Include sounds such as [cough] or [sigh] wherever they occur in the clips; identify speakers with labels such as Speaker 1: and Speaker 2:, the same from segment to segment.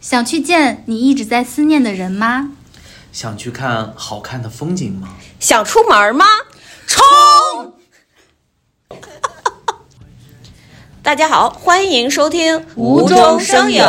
Speaker 1: 想去见你一直在思念的人吗？
Speaker 2: 想去看好看的风景吗？
Speaker 3: 想出门吗？
Speaker 1: 冲！
Speaker 3: [laughs] 大家好，欢迎收听
Speaker 2: 无中生有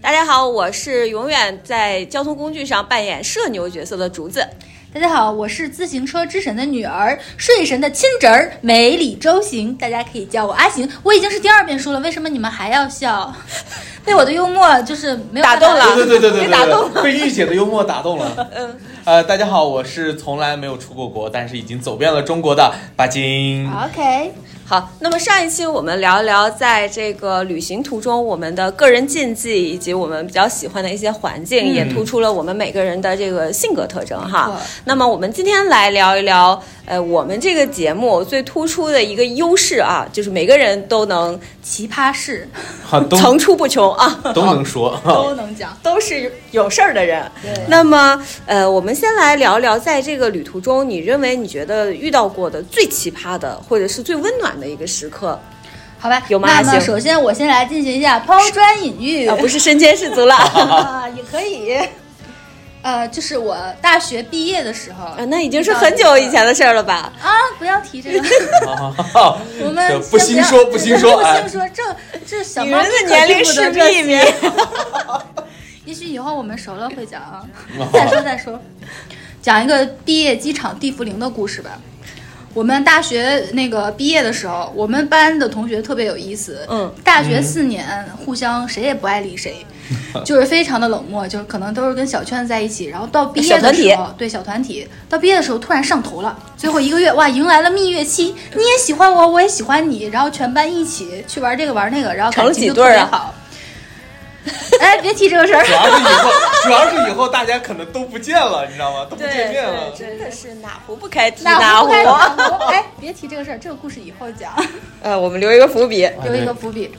Speaker 3: 大家好，我是永远在交通工具上扮演社牛角色的竹子。
Speaker 1: 大家好，我是自行车之神的女儿，睡神的亲侄儿，梅里周行，大家可以叫我阿行。我已经是第二遍说了，为什么你们还要笑？ [laughs] 被我的幽默就是没有
Speaker 3: 打动
Speaker 1: 办法
Speaker 3: 了
Speaker 2: 对对对对
Speaker 3: 被
Speaker 2: 对，
Speaker 3: 打动
Speaker 2: 了，被御姐的幽默打动了。嗯，呃，大家好，我是从来没有出过国，但是已经走遍了中国的巴金。
Speaker 1: OK，
Speaker 3: 好，那么上一期我们聊一聊在这个旅行途中我们的个人禁忌，以及我们比较喜欢的一些环境，也突出了我们每个人的这个性格特征哈
Speaker 1: 嗯没错。
Speaker 3: 那么我们今天来聊一聊，呃，我们这个节目最突出的一个优势啊，就是每个人都能
Speaker 1: 奇葩事
Speaker 2: 好，都
Speaker 3: 层出不穷啊，
Speaker 2: 都能说。
Speaker 1: 都能讲。
Speaker 3: [laughs] 都是有事儿的人。
Speaker 1: 对
Speaker 3: 那么，呃，我们先来聊聊，在这个旅途中，你认为你觉得遇到过的最奇葩的，或者是最温暖的一个时
Speaker 1: [laughs]
Speaker 3: 刻，
Speaker 1: 好吧，
Speaker 3: 有吗
Speaker 1: 那
Speaker 3: 阿
Speaker 1: 么
Speaker 3: 行
Speaker 1: 首先我先来进行一下抛砖引玉，
Speaker 3: 啊，不是身先士
Speaker 1: [laughs]
Speaker 3: 卒了 [laughs] 啊，
Speaker 1: 啊，也可以。呃，就是我大学毕业的时候啊
Speaker 3: 那已经是很久以前的事儿
Speaker 1: [laughs]
Speaker 3: 了吧？
Speaker 1: 不要提这个，我们先
Speaker 2: 这 [laughs] 不兴说
Speaker 1: 要
Speaker 2: 不兴说
Speaker 1: [laughs] 不
Speaker 2: 哎
Speaker 1: 兴说，这这小
Speaker 3: 女
Speaker 1: 猫
Speaker 3: 人
Speaker 1: 不可
Speaker 3: 的年龄
Speaker 1: 听不
Speaker 3: 是 [laughs]
Speaker 1: 得这
Speaker 3: 秘
Speaker 1: 些
Speaker 3: 密。
Speaker 1: 也许以后我们熟了会讲啊，再说再说，讲一个毕业机场地茯苓的故事吧。我们大学那个毕业的时候，我们班的同学特别有意思。
Speaker 3: 嗯，
Speaker 1: 大学四年互相谁也不爱理谁，就是非常的冷漠，就是可能都是跟小圈子在一起。然后到毕业的时
Speaker 3: 小
Speaker 1: 候，对小团体，到毕业的时候突然上头了。最后一个月，哇，迎来了蜜月期，你也喜欢我，我也喜欢你，然后全班一起去玩这个玩那个，然后
Speaker 3: 成了
Speaker 1: 感情
Speaker 3: 几
Speaker 1: 就
Speaker 3: 对
Speaker 1: 特
Speaker 3: 儿
Speaker 1: 别
Speaker 3: 啊
Speaker 1: 好。哎，别提这个事儿
Speaker 3: [laughs]
Speaker 2: 主。要是以后，主要是以后大家可能都不见了，你知道吗？都不见面了。
Speaker 3: 真的是哪壶不 [laughs] 开提
Speaker 1: 那
Speaker 3: 哪
Speaker 1: 我
Speaker 3: 壶
Speaker 1: 不。开哪壶？哎，别提这个事儿，这个故事以后讲，
Speaker 3: 呃，我们留一个伏笔。
Speaker 1: [laughs] 留一个伏笔。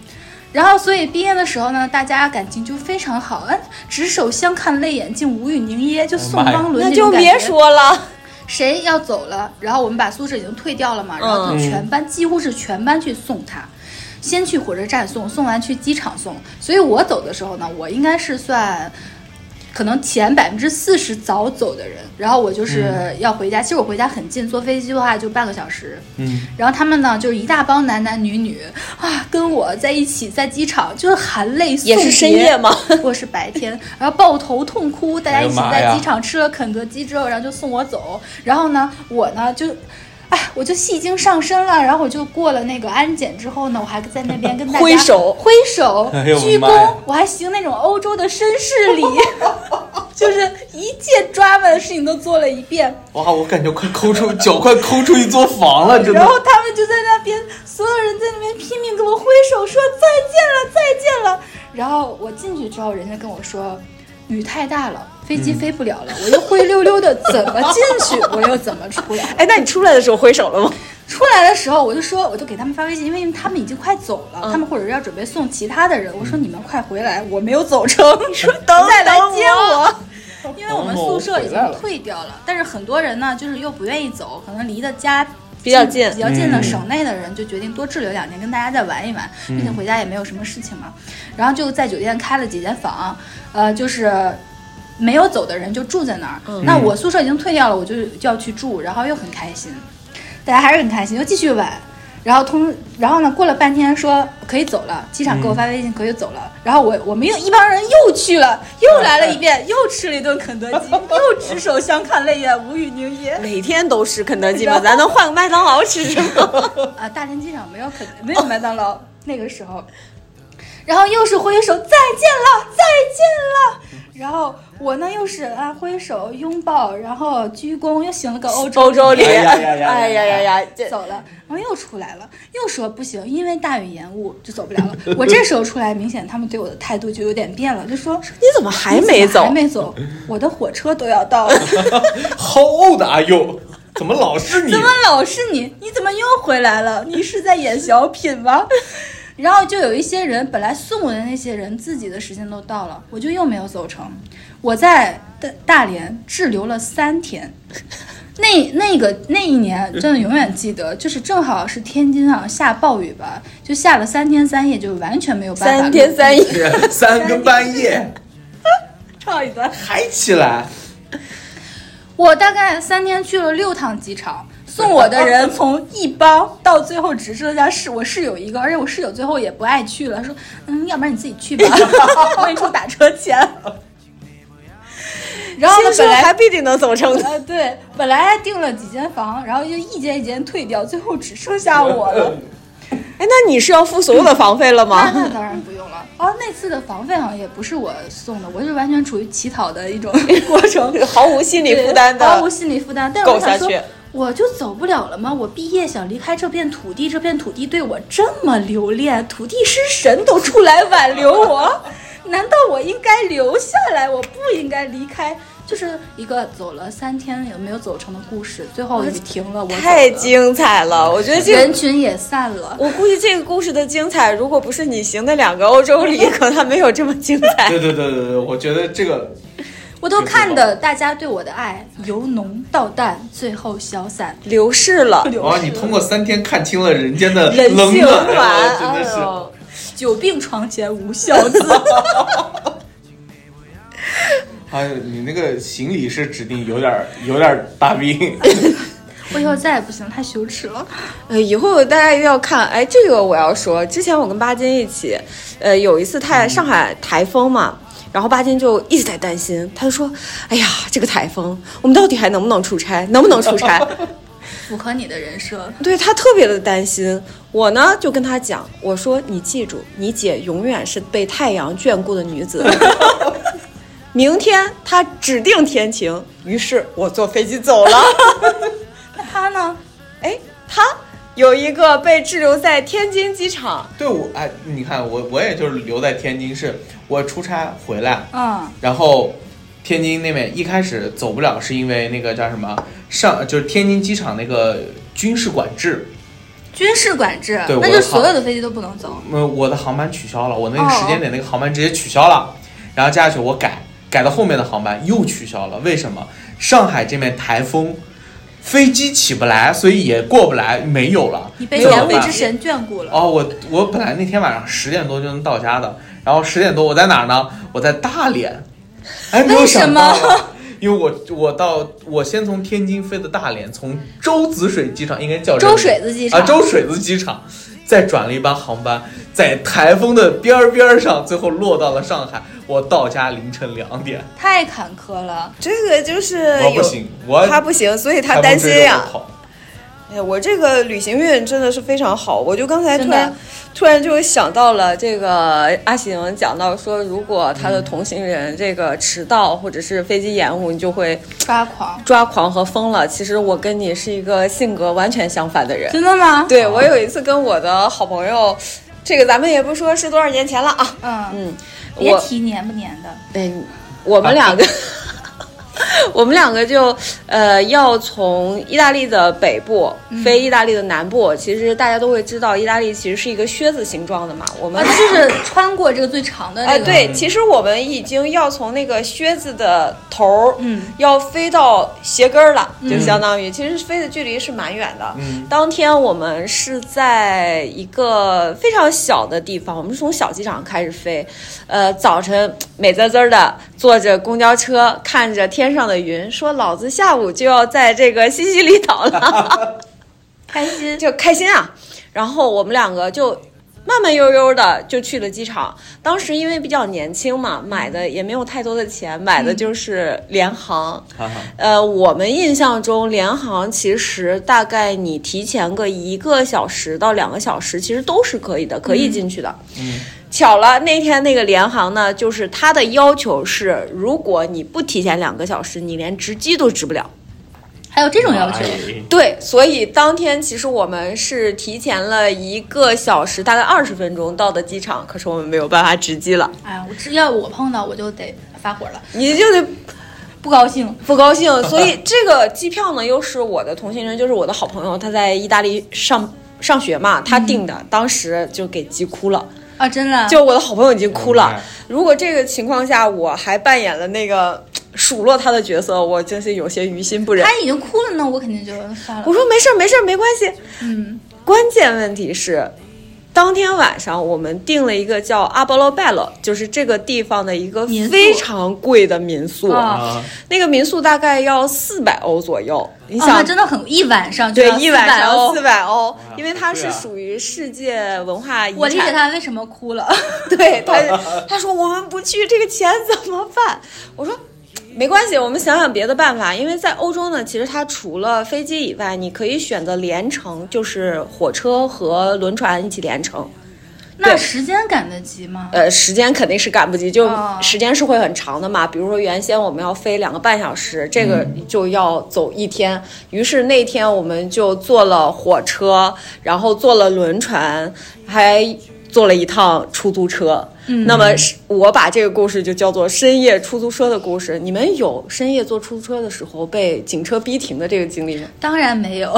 Speaker 1: 然后，所以毕业的时候呢，大家感情就非常好，嗯，执手相看，泪眼竟无语凝噎，就宋邦伦种
Speaker 3: 那就
Speaker 1: 感觉
Speaker 3: 别说了，
Speaker 1: 谁要走了，然后我们把宿舍已经退掉了嘛，然后就全班、几乎是全班去送他，先去火车站送，送完去机场送。所以我走的时候呢，我应该是算可能前百分之四十早走的人，然后我就是要回家。其实我回家很近，坐飞机的话就半个小时。
Speaker 2: 嗯，
Speaker 1: 然后他们呢，就是一大帮男男女女啊，跟我在一起在机场，就是含泪送别
Speaker 3: 也是深
Speaker 1: [laughs]
Speaker 3: 夜吗？
Speaker 1: 我是白天，然后抱头痛哭，大家一起
Speaker 2: 哎呀妈
Speaker 1: 在
Speaker 2: 呀
Speaker 1: 机场吃了肯德基之后，然后就送我走。然后呢，我呢就，哎，我就戏精上身了。然后我就过了那个安检之后呢，我还在那边跟大家
Speaker 3: 挥手
Speaker 1: 挥手、
Speaker 2: 哎呦我的
Speaker 1: 鞠
Speaker 2: 妈呀
Speaker 1: 躬，我还行那种欧洲的绅士礼， [laughs] 就是一切抓马的事情都做了一遍。
Speaker 2: 哇，我感觉快抠出脚，快抠出一座房了，真的
Speaker 1: 然。后他们就在那边，所有人在那边拼命跟我挥手说再见了，再见了。然后我进去之后，人家跟我说雨太大了，飞机
Speaker 2: 嗯
Speaker 1: 飞不了了。我又灰溜溜的怎么进去，我又怎么出来了。
Speaker 3: [laughs] 哎，那你出来的时候挥手了吗？
Speaker 1: 出来的时候，我就说，我就给他们发微信，因为他们已经快走了，
Speaker 3: 嗯
Speaker 1: 他们或者是要准备送其他的人。我说你们快回来，我没有走成， [laughs] 说
Speaker 3: 等啊
Speaker 1: 再来
Speaker 3: 等
Speaker 1: 接
Speaker 3: 我啊
Speaker 1: 我，因为我们宿舍已经退掉了。但是很多人呢，就是又不愿意走，可能离的家。
Speaker 3: 比较近
Speaker 1: 比较近的
Speaker 2: 嗯
Speaker 1: 省内的人就决定多滞留两天，跟大家再玩一玩，
Speaker 3: 嗯
Speaker 1: 并且回家也没有什么事情嘛。然后就在酒店开了几间房，呃，就是没有走的人就住在那儿。
Speaker 3: 嗯
Speaker 1: 那我宿舍已经退掉了，我就就要去住，然后又很开心，大家还是很开心，又继续玩。然后通，然后呢？过了半天说可以走了，机场给我发微信可以走了。然后我我们又一帮人又去了，又来了一遍，又吃了一顿肯德基，又执手相看，泪眼无语凝
Speaker 3: [laughs]
Speaker 1: 噎。
Speaker 3: [laughs] 每天都吃肯德基吗？咱能换个麦当劳吃吃吗？
Speaker 1: 啊，大连机场没有肯没有麦当劳、那个时候，然后又是挥手再见了，再见了，然后我呢又是啊挥手拥抱，然后鞠躬又行了个 [laughs] 欧洲
Speaker 3: [laughs] 欧洲
Speaker 1: 礼
Speaker 3: 里，
Speaker 2: 哎呀呀呀呀
Speaker 3: 哎呀呀呀，这
Speaker 1: [laughs] 走了，然后又出来了，又说不行，因为大雨延误就走不
Speaker 3: [laughs]
Speaker 1: 了了。我这时候出来，明显他们对我的态度就有点变了，就说
Speaker 3: 你怎么还
Speaker 1: 你怎
Speaker 3: 没
Speaker 1: 么
Speaker 3: 走
Speaker 1: 还？没走，我的火车都要到了，
Speaker 2: How old are you？怎哎么老是你
Speaker 1: 怎？么老是你？你怎么又回来了？你是在演小品吗？ [laughs] 然后就有一些人，本来送我的那些人，自己的时间都到了，我就又没有走成。我在大大连滞留了三天，那那个那一年真的永远记得，就是正好是天津啊下暴雨吧，就下了三天三夜，就完全没有办法。
Speaker 3: 三
Speaker 1: [laughs]
Speaker 3: 天三夜，
Speaker 2: [laughs] 三更半夜
Speaker 3: 唱一段。
Speaker 2: 嗨起来，
Speaker 1: 我大概三天去了六趟机场，送我的人从一帮到最后只剩下室我室友一个，而且我室友最后也不爱去了，说嗯，要不然你自己
Speaker 3: [laughs]
Speaker 1: 去吧，我给你出打车钱。然后呢，本
Speaker 3: 说
Speaker 1: 来
Speaker 3: 还必定能走成的。
Speaker 1: 呃，对，本来还订了几间房，然后就一间一间退掉，最后只剩下我了。
Speaker 3: 哎，那你是要付所有的房费了
Speaker 1: 那
Speaker 3: 吗？
Speaker 1: 那当然不用了。哦，那次的房费好像也不是我送的，我就完全处于乞讨的一种 [laughs] 过程，
Speaker 3: 毫无心理负担
Speaker 1: 毫无
Speaker 3: 的。
Speaker 1: 心理负担。但哦是我
Speaker 3: 够下
Speaker 1: 想说
Speaker 3: 去，
Speaker 1: 我就走不了了吗？我毕业想离开这片土地，这片土地对我这么留恋，土地之神都出来挽留我，难道我应该留下来？我不应该离开。就是一个走了三天也没有走成的故事，最后雨停了，我走了
Speaker 3: 太精彩
Speaker 2: 嗯
Speaker 3: 了！我觉得这个
Speaker 1: 人群也散了。
Speaker 3: 我估计这个故事的精彩，如果不是你行的两个欧洲里，可能还没有这么精彩。
Speaker 2: 对对对对对，我觉得这个
Speaker 1: 我都看的大家对我的爱由浓到淡，最后消散。
Speaker 3: 流逝
Speaker 2: [laughs]
Speaker 3: 了，
Speaker 2: 哇，哦你通过三天看清了人间的
Speaker 3: 人
Speaker 2: 冷
Speaker 3: 性
Speaker 2: 暖，
Speaker 3: 暖，
Speaker 2: 真的
Speaker 3: 哎
Speaker 2: 是。
Speaker 3: 呦，
Speaker 1: 久病床前无孝子， [laughs]
Speaker 2: 还有哎你那个行李是指定有点儿有点儿大
Speaker 3: [laughs]
Speaker 2: 病，
Speaker 1: 我以后再也不行，太羞耻了。
Speaker 3: 呃，以后大家一定要看。哎，这个我要说，之前我跟巴金一起，呃，有一次太上海台风嘛，然后巴金就一直在担心，他就说：“哎呀，这个台风，我们到底还能不能出差？能不能出差？”
Speaker 1: 符合你的人设，
Speaker 3: 对他特别的担心。我呢就跟他讲，我说：“你记住，你姐永远是被太阳眷顾的女 [laughs] 子。明天她指定天晴。”于是我坐飞机走 [laughs] 了。
Speaker 1: 那他呢？
Speaker 3: 哎，他有一个被滞留在天津机场。
Speaker 2: 对我哎，你看我我也就是留在天津市，我出差回来，
Speaker 1: 嗯，
Speaker 2: 然后天津那边一开始走不了，是因为那个叫什么上，就是天津机场那个军事管制，
Speaker 1: 军事管制
Speaker 2: 对，我
Speaker 1: 那
Speaker 2: 的
Speaker 1: 就
Speaker 2: 号
Speaker 1: 所有的飞机都不能走。
Speaker 2: 呃，我的航班取消了，我那个时间点那个航班直接取消了，然后接下去我改改到后面的航班又取消了，为什么？上海这边台风，飞机起不来，所以也过不来，没有了。
Speaker 1: 你被
Speaker 2: 怎么
Speaker 1: 言卫
Speaker 2: 办
Speaker 1: 之神眷顾了。
Speaker 2: 哦，我我本来那天晚上十点多就能到家的，然后十点多我在哪儿呢？我在大连。哎，没有
Speaker 1: 为什
Speaker 2: 想到
Speaker 1: 么
Speaker 2: 啊，因为我我到我先从天津飞的大连，从周子水机场应该叫这个
Speaker 1: 周水子机场
Speaker 2: 啊，周水子机场，再转了一班航班，在台风的边儿边儿上，最后落到了上海。我到家凌晨两点，
Speaker 1: 太坎坷了，
Speaker 3: 这个就是
Speaker 1: 哎
Speaker 2: 我不行，我
Speaker 3: 他不行，所以
Speaker 2: 台
Speaker 3: 他
Speaker 2: 风
Speaker 3: 担
Speaker 2: 追着
Speaker 3: 心呀、
Speaker 2: 我跑
Speaker 3: 哎呀，我这个旅行运真的是非常好，我就刚才突
Speaker 1: 真
Speaker 3: 然
Speaker 1: 的
Speaker 3: 突然就想到了这个阿行讲到说，如果他的同行人这个迟到或者是飞机延误，你就会
Speaker 1: 抓狂。
Speaker 3: 抓狂和疯了。其实我跟你是一个性格完全相反的
Speaker 1: [laughs]
Speaker 3: 人。
Speaker 1: 真的吗？
Speaker 3: 对我有一次跟我的好朋友，这个咱们也不说是多少年前了啊，
Speaker 1: 嗯，
Speaker 3: 嗯，
Speaker 1: 别
Speaker 3: 我
Speaker 1: 提粘不粘的。啊
Speaker 3: 哎，我们两个， [laughs] 我们两个就呃要从意大利的北部飞意大利的南部。其实大家都会知道，意大利其实是一个靴子形状的嘛。我们
Speaker 1: 啊，就是穿过这个最长的
Speaker 3: 哎、
Speaker 1: 那个。
Speaker 3: 对，其实我们已经要从那个靴子的头儿，
Speaker 1: 嗯，
Speaker 3: 要飞到鞋跟儿了，就相当于、其实飞的距离是蛮远的。
Speaker 2: 嗯
Speaker 3: 当天我们是在一个非常小的地方，我们是从小机场开始飞，呃，早晨美滋滋的坐着公交车，看着天上的云，说老子下午就要在这个西西里岛了。
Speaker 1: 开心。
Speaker 3: 就开心啊。然后我们两个就慢慢悠悠的就去了机场。当时因为比较年轻嘛，买的也没有太多的钱，买的就是联航。
Speaker 2: 哈哈，
Speaker 3: 呃，我们印象中联航其实大概你提前个一个小时到两个小时，其实都是可以的，可以进去的。
Speaker 2: 嗯
Speaker 3: 巧了，那天那个联航呢，就是它的要求是，如果你不提前两个小时，你连值机都值不了。
Speaker 1: 还有这种要求
Speaker 2: 哎，呀
Speaker 3: 对，所以当天其实我们是提前了一个小时，大概二十分钟到的机场，可是我们没有办法值机了，
Speaker 1: 哎呀，我只要我碰到我就得发火了，
Speaker 3: 你就得
Speaker 1: 不高兴。
Speaker 3: 不高兴。所以这个机票呢，又是我的同行人，就是我的好朋友，他在意大利上上学嘛，他订的，当时就给急哭了，
Speaker 1: 啊，真的，
Speaker 3: 就我的好朋友已经哭
Speaker 2: 明
Speaker 3: 了
Speaker 2: 白。
Speaker 3: 如果这个情况下我还扮演了那个数落他的角色，我真是有些于心不忍。
Speaker 1: 他已经哭了，那我肯定就算了。
Speaker 3: 哎我说没事儿，没事儿，没关系。
Speaker 1: 嗯，
Speaker 3: 关键问题是，当天晚上我们订了一个叫阿波罗拜勒，就是这个地方的一个
Speaker 1: 民宿
Speaker 3: 非常贵的民宿，
Speaker 1: 啊
Speaker 2: 啊，
Speaker 3: 那个民宿大概要四百欧左右。你
Speaker 1: 哦，
Speaker 3: 想，
Speaker 1: 那真的很一晚上就
Speaker 3: 对
Speaker 1: 要，哦
Speaker 3: 一晚
Speaker 1: 400
Speaker 3: 上
Speaker 1: 欧
Speaker 3: 四百欧
Speaker 2: 哇，
Speaker 3: 因为它是
Speaker 2: 对啊
Speaker 3: 属于世界文化遗产。
Speaker 1: 我理解他为什么哭了。
Speaker 3: [laughs]
Speaker 2: [laughs]
Speaker 3: 对他，他说我们不去，这个钱怎么办？ [laughs] 我说。没关系，我们想想别的办法。因为在欧洲呢，其实它除了飞机以外，你可以选择联程，就是火车和轮船一起联程。
Speaker 1: 那时间赶得及吗？
Speaker 3: 呃，时间肯定是赶不及，就
Speaker 1: 哦
Speaker 3: 时间是会很长的嘛。比如说原先我们要飞两个半小时，这个就要走一天。于是那天我们就坐了火车，然后坐了轮船，还坐了一趟出租车。
Speaker 1: 嗯
Speaker 3: 那么是我把这个故事就叫做深夜出租车的故事。你们有深夜坐出租车的时候被警车逼停的这个经历吗？
Speaker 1: 当然没
Speaker 3: [laughs]
Speaker 1: 有，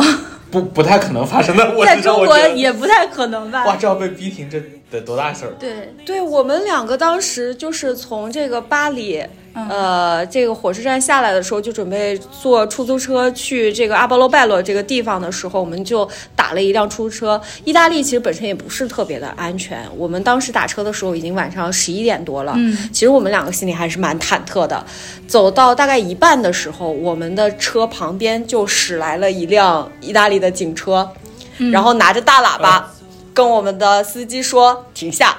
Speaker 2: 不不太可能发生的。我
Speaker 1: 在
Speaker 2: 知道
Speaker 1: 中
Speaker 2: 我
Speaker 1: 国
Speaker 2: 觉得
Speaker 1: 也不太可能
Speaker 2: [laughs] 哇，
Speaker 1: 吧？
Speaker 2: 这要被逼停，这得多大事儿？
Speaker 1: 对，
Speaker 3: 对我们两个当时就是从这个巴黎，
Speaker 1: 嗯
Speaker 3: 呃，这个火车站下来的时候，就准备坐出租车去这个阿波罗拜洛这个地方的时候，我们就打了一辆出租车。意大利其实本身也不是特别的安全，我们当时打车的时候已经晚上十一点多了，
Speaker 1: 嗯
Speaker 3: 其实我们两个心里还是蛮忐忑的。走到大概一半的时候，我们的车旁边就驶来了一辆意大利的警车，
Speaker 1: 嗯
Speaker 3: 然后拿着大喇叭跟我们的司机说停下。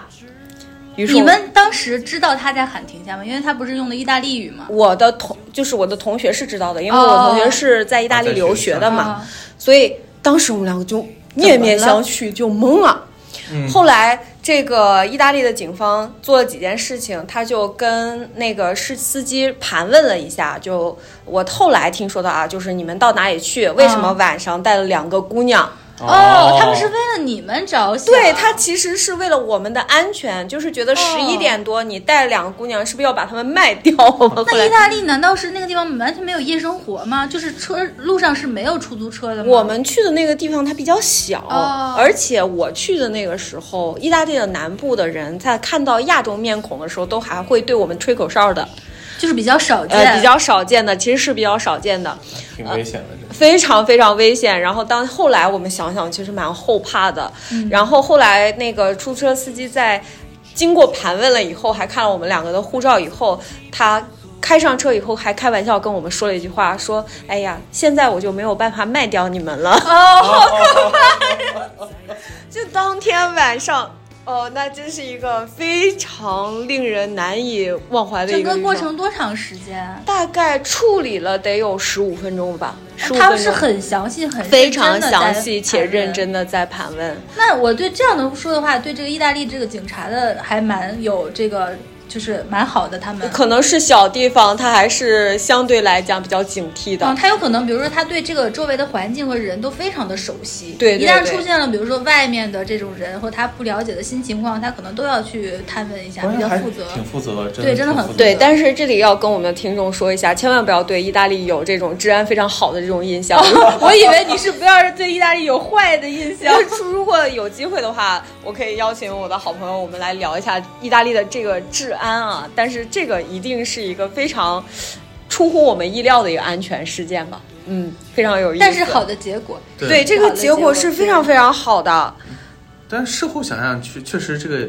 Speaker 3: 于是
Speaker 1: 你
Speaker 3: 我
Speaker 1: 们当时知道他在喊停下吗？因为他不是用的意大利语吗？
Speaker 3: 我的同就是我的同学是知道的，因为
Speaker 1: 哦
Speaker 3: 我同学是在意大
Speaker 2: 啊
Speaker 3: 利
Speaker 2: 在
Speaker 3: 留学的嘛，
Speaker 1: 啊
Speaker 3: 所以当时我们两个就面面相觑，就懵了。
Speaker 2: 嗯
Speaker 3: 后来，这个意大利的警方做了几件事情，他就跟那个是司机盘问了一下。就我后来听说的啊，就是你们到哪里去？为什么晚上带了两个姑娘？
Speaker 1: 哦，他们是为了你们着想。
Speaker 3: 对他其实是为了我们的安全，就是觉得十一
Speaker 1: 哦
Speaker 3: 点多你带两个姑娘，是不是要把她们卖掉？我们后
Speaker 1: 那
Speaker 3: 来
Speaker 1: 意大利难道是那个地方完全没有夜生活吗？就是车路上是没有出租车的吗？
Speaker 3: 我们去的那个地方它比较小，
Speaker 1: 哦
Speaker 3: 而且我去的那个时候，意大利的南部的人在看到亚洲面孔的时候，都还会对我们吹口哨的，
Speaker 1: 就是比较少见，
Speaker 3: 呃，比较少见的，其实是比较少见的，
Speaker 2: 挺危险的，这
Speaker 3: 非常非常危险。然后当后来我们想想，其实蛮后怕的。
Speaker 1: 嗯
Speaker 3: 然后后来那个出租车司机在经过盘问了以后，还看了我们两个的护照以后，他。开上车以后，还开玩笑跟我们说了一句话，说：“哎呀，现在我就没有办法卖掉你们
Speaker 1: [laughs]
Speaker 3: 了。”
Speaker 1: 哦，
Speaker 3: 就当天晚上，哦，那真是一个非常令人难以忘怀的
Speaker 1: 整
Speaker 3: 一个
Speaker 1: 个过
Speaker 3: 日常，
Speaker 1: 程多长时间？
Speaker 3: 大概处理了得有十五分钟吧，十五
Speaker 1: 哦他们
Speaker 3: 分
Speaker 1: 是
Speaker 3: 钟。
Speaker 1: 很详细、很
Speaker 3: 非常详细
Speaker 1: 认真地在
Speaker 3: 且
Speaker 1: 盘问
Speaker 3: 认。真的在盘问，
Speaker 1: 那我对这样的说的话，对这个意大利这个警察的还蛮有这个，就是蛮好的。他们，
Speaker 3: 可能是小地方，他还是相对来讲比较警惕的。
Speaker 1: 嗯，他有可能，比如说他对这个周围的环境和人都非常的熟悉。
Speaker 3: 对对
Speaker 1: 一旦
Speaker 3: 对
Speaker 1: 出现了，比如说外面的这种人或他不了解的新情况，他可能都要去探问一下，
Speaker 2: 关
Speaker 1: 呃比
Speaker 2: 键
Speaker 1: 较
Speaker 2: 还
Speaker 1: 负责。
Speaker 3: [laughs]
Speaker 2: 挺负责的，真
Speaker 1: 对真的
Speaker 2: 挺
Speaker 1: 很
Speaker 2: 负责
Speaker 3: 对，
Speaker 1: 的
Speaker 3: 但是这里要跟我们的听众说一下，千万不要对意大利有这种治安非常好的这种印象。 [laughs]
Speaker 1: 我以为你是不要是对意大利有坏的印象
Speaker 3: [laughs] 要是如果有机会的话，我可以邀请我的好朋友，我们来聊一下意大利的这个治安啊。但是这个一定是一个非常出乎我们意料的一个安全事件吧？嗯，非常有意思。
Speaker 1: 但是好，的结果。
Speaker 3: 对这个结果是非常非常好的，
Speaker 2: 但事后想想，确确实这个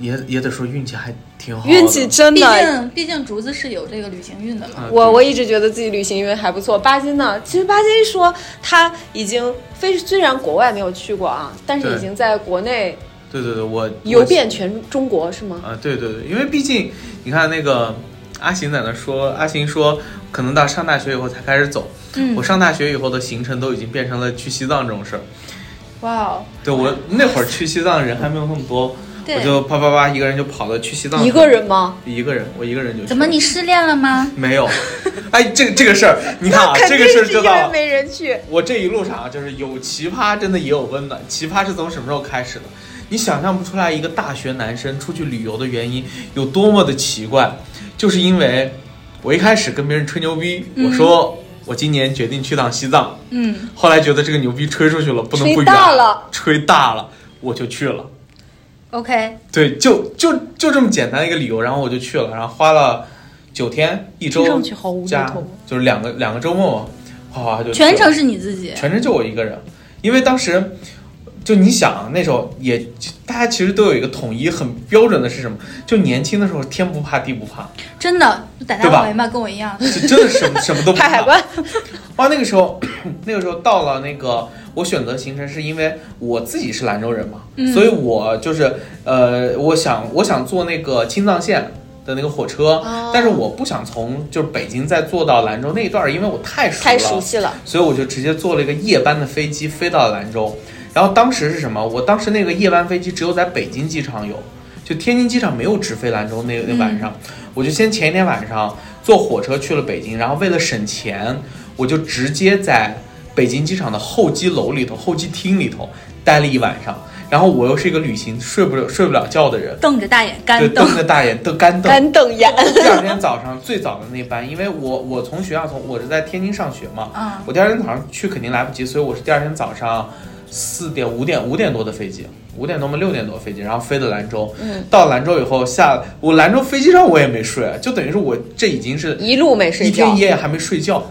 Speaker 2: 也也得说运气还挺好的，
Speaker 3: 运气真
Speaker 1: 毕
Speaker 3: 的。
Speaker 1: 竟，毕竟竹子是有这个旅行运的嘛。
Speaker 2: 啊
Speaker 3: 我
Speaker 2: 对
Speaker 3: 我一直觉得自己旅行运还不错。巴金呢，其实巴金说他已经非虽然国外没有去过啊，但是
Speaker 2: 对
Speaker 3: 已经在国内
Speaker 2: 对对对，我
Speaker 3: 游
Speaker 2: 我
Speaker 3: 遍全中国是吗？
Speaker 2: 啊，对对对，因为毕竟你看那个阿行在那说，阿行说可能到上大学以后才开始走，
Speaker 1: 嗯
Speaker 2: 我，上大学以后的行程都已经变成了去西藏这种事儿。
Speaker 1: 哇哦，
Speaker 2: 对我那会儿去西藏人还没有那么多，
Speaker 1: 嗯对
Speaker 2: 我就啪啪啪一个人就跑到去西藏，
Speaker 3: 一个人吗？
Speaker 2: 一个人，我一个人就去
Speaker 1: 怎么
Speaker 2: 了
Speaker 1: 你失恋了吗？
Speaker 2: 没有？ [laughs] 哎，这这个事儿，你看啊，
Speaker 3: [laughs] 肯
Speaker 2: 这
Speaker 3: 定
Speaker 2: 个事儿
Speaker 3: 是
Speaker 2: 知
Speaker 3: 因
Speaker 2: 道
Speaker 3: 为
Speaker 2: 了。
Speaker 3: 没人去。
Speaker 2: 我这一路上啊，就是有奇葩，真的也有温暖。奇葩是从什么时候开始的？你想象不出来，一个大学男生出去旅游的原因有多么的奇怪，就是因为我一开始跟别人吹牛逼，
Speaker 3: 嗯
Speaker 2: 我说我今年决定去趟西藏，
Speaker 1: 嗯，
Speaker 2: 后来觉得这个牛逼吹出去了，不能不
Speaker 3: 吹
Speaker 2: 远，
Speaker 3: 大了，
Speaker 2: 吹大了，我就去了。
Speaker 1: OK，
Speaker 2: 对，就就就这么简单一个理由，然后我就去了，然后花了九天一
Speaker 4: 听
Speaker 2: 周
Speaker 4: 上去毫无厘
Speaker 2: 加
Speaker 4: 头。
Speaker 2: 就是两个两个周末，哗就
Speaker 1: 全程是你自己，
Speaker 2: 全程就我一个人，因为当时就你想那时候也大家其实都有一个统一很标准的是什么？就年轻的时候天不怕地不怕，
Speaker 1: 真的胆
Speaker 2: 对
Speaker 1: 大
Speaker 2: 吧
Speaker 1: 妄为吧，跟我一样。
Speaker 2: 就真的什么什么都不
Speaker 3: 拍海
Speaker 2: 怕。
Speaker 3: 关，
Speaker 2: 哇，那个时候那个时候到了那个我选择行程是因为我自己是兰州人嘛，
Speaker 1: 嗯
Speaker 2: 所以我就是呃，我想我想坐那个青藏线。的那个火车，
Speaker 3: 哦
Speaker 2: 但是我不想从就是北京再坐到兰州那一段儿，因为我太熟了，
Speaker 3: 太熟悉了，
Speaker 2: 所以我就直接坐了一个夜班的飞机飞到了兰州。然后当时是什么？我当时那个夜班飞机只有在北京机场有，就天津机场没有直飞兰州那那晚上，我就先前一天晚上坐火车去了北京，然后为了省钱，我就直接在北京机场的候机楼里头、候机厅里头待了一晚上。然后我又是一个旅行睡不了睡不了觉的人，
Speaker 1: 瞪着大眼
Speaker 2: 就
Speaker 1: 干瞪
Speaker 2: 瞪，着大眼瞪干瞪，
Speaker 3: 干瞪眼，
Speaker 2: 第二天早上最早的那班，因为我我从学校从我是在天津上学嘛，
Speaker 1: 嗯
Speaker 2: 我第二天早上去肯定来不及，所以我是第二天早上四点五点五点多的飞机，五点多嘛六点多飞机，然后飞的兰州，
Speaker 3: 嗯，
Speaker 2: 到兰州以后下我兰州飞机上我也没睡，就等于是我这已经是
Speaker 3: 一路没睡
Speaker 2: 一天
Speaker 3: 觉
Speaker 2: 一，夜还没睡觉，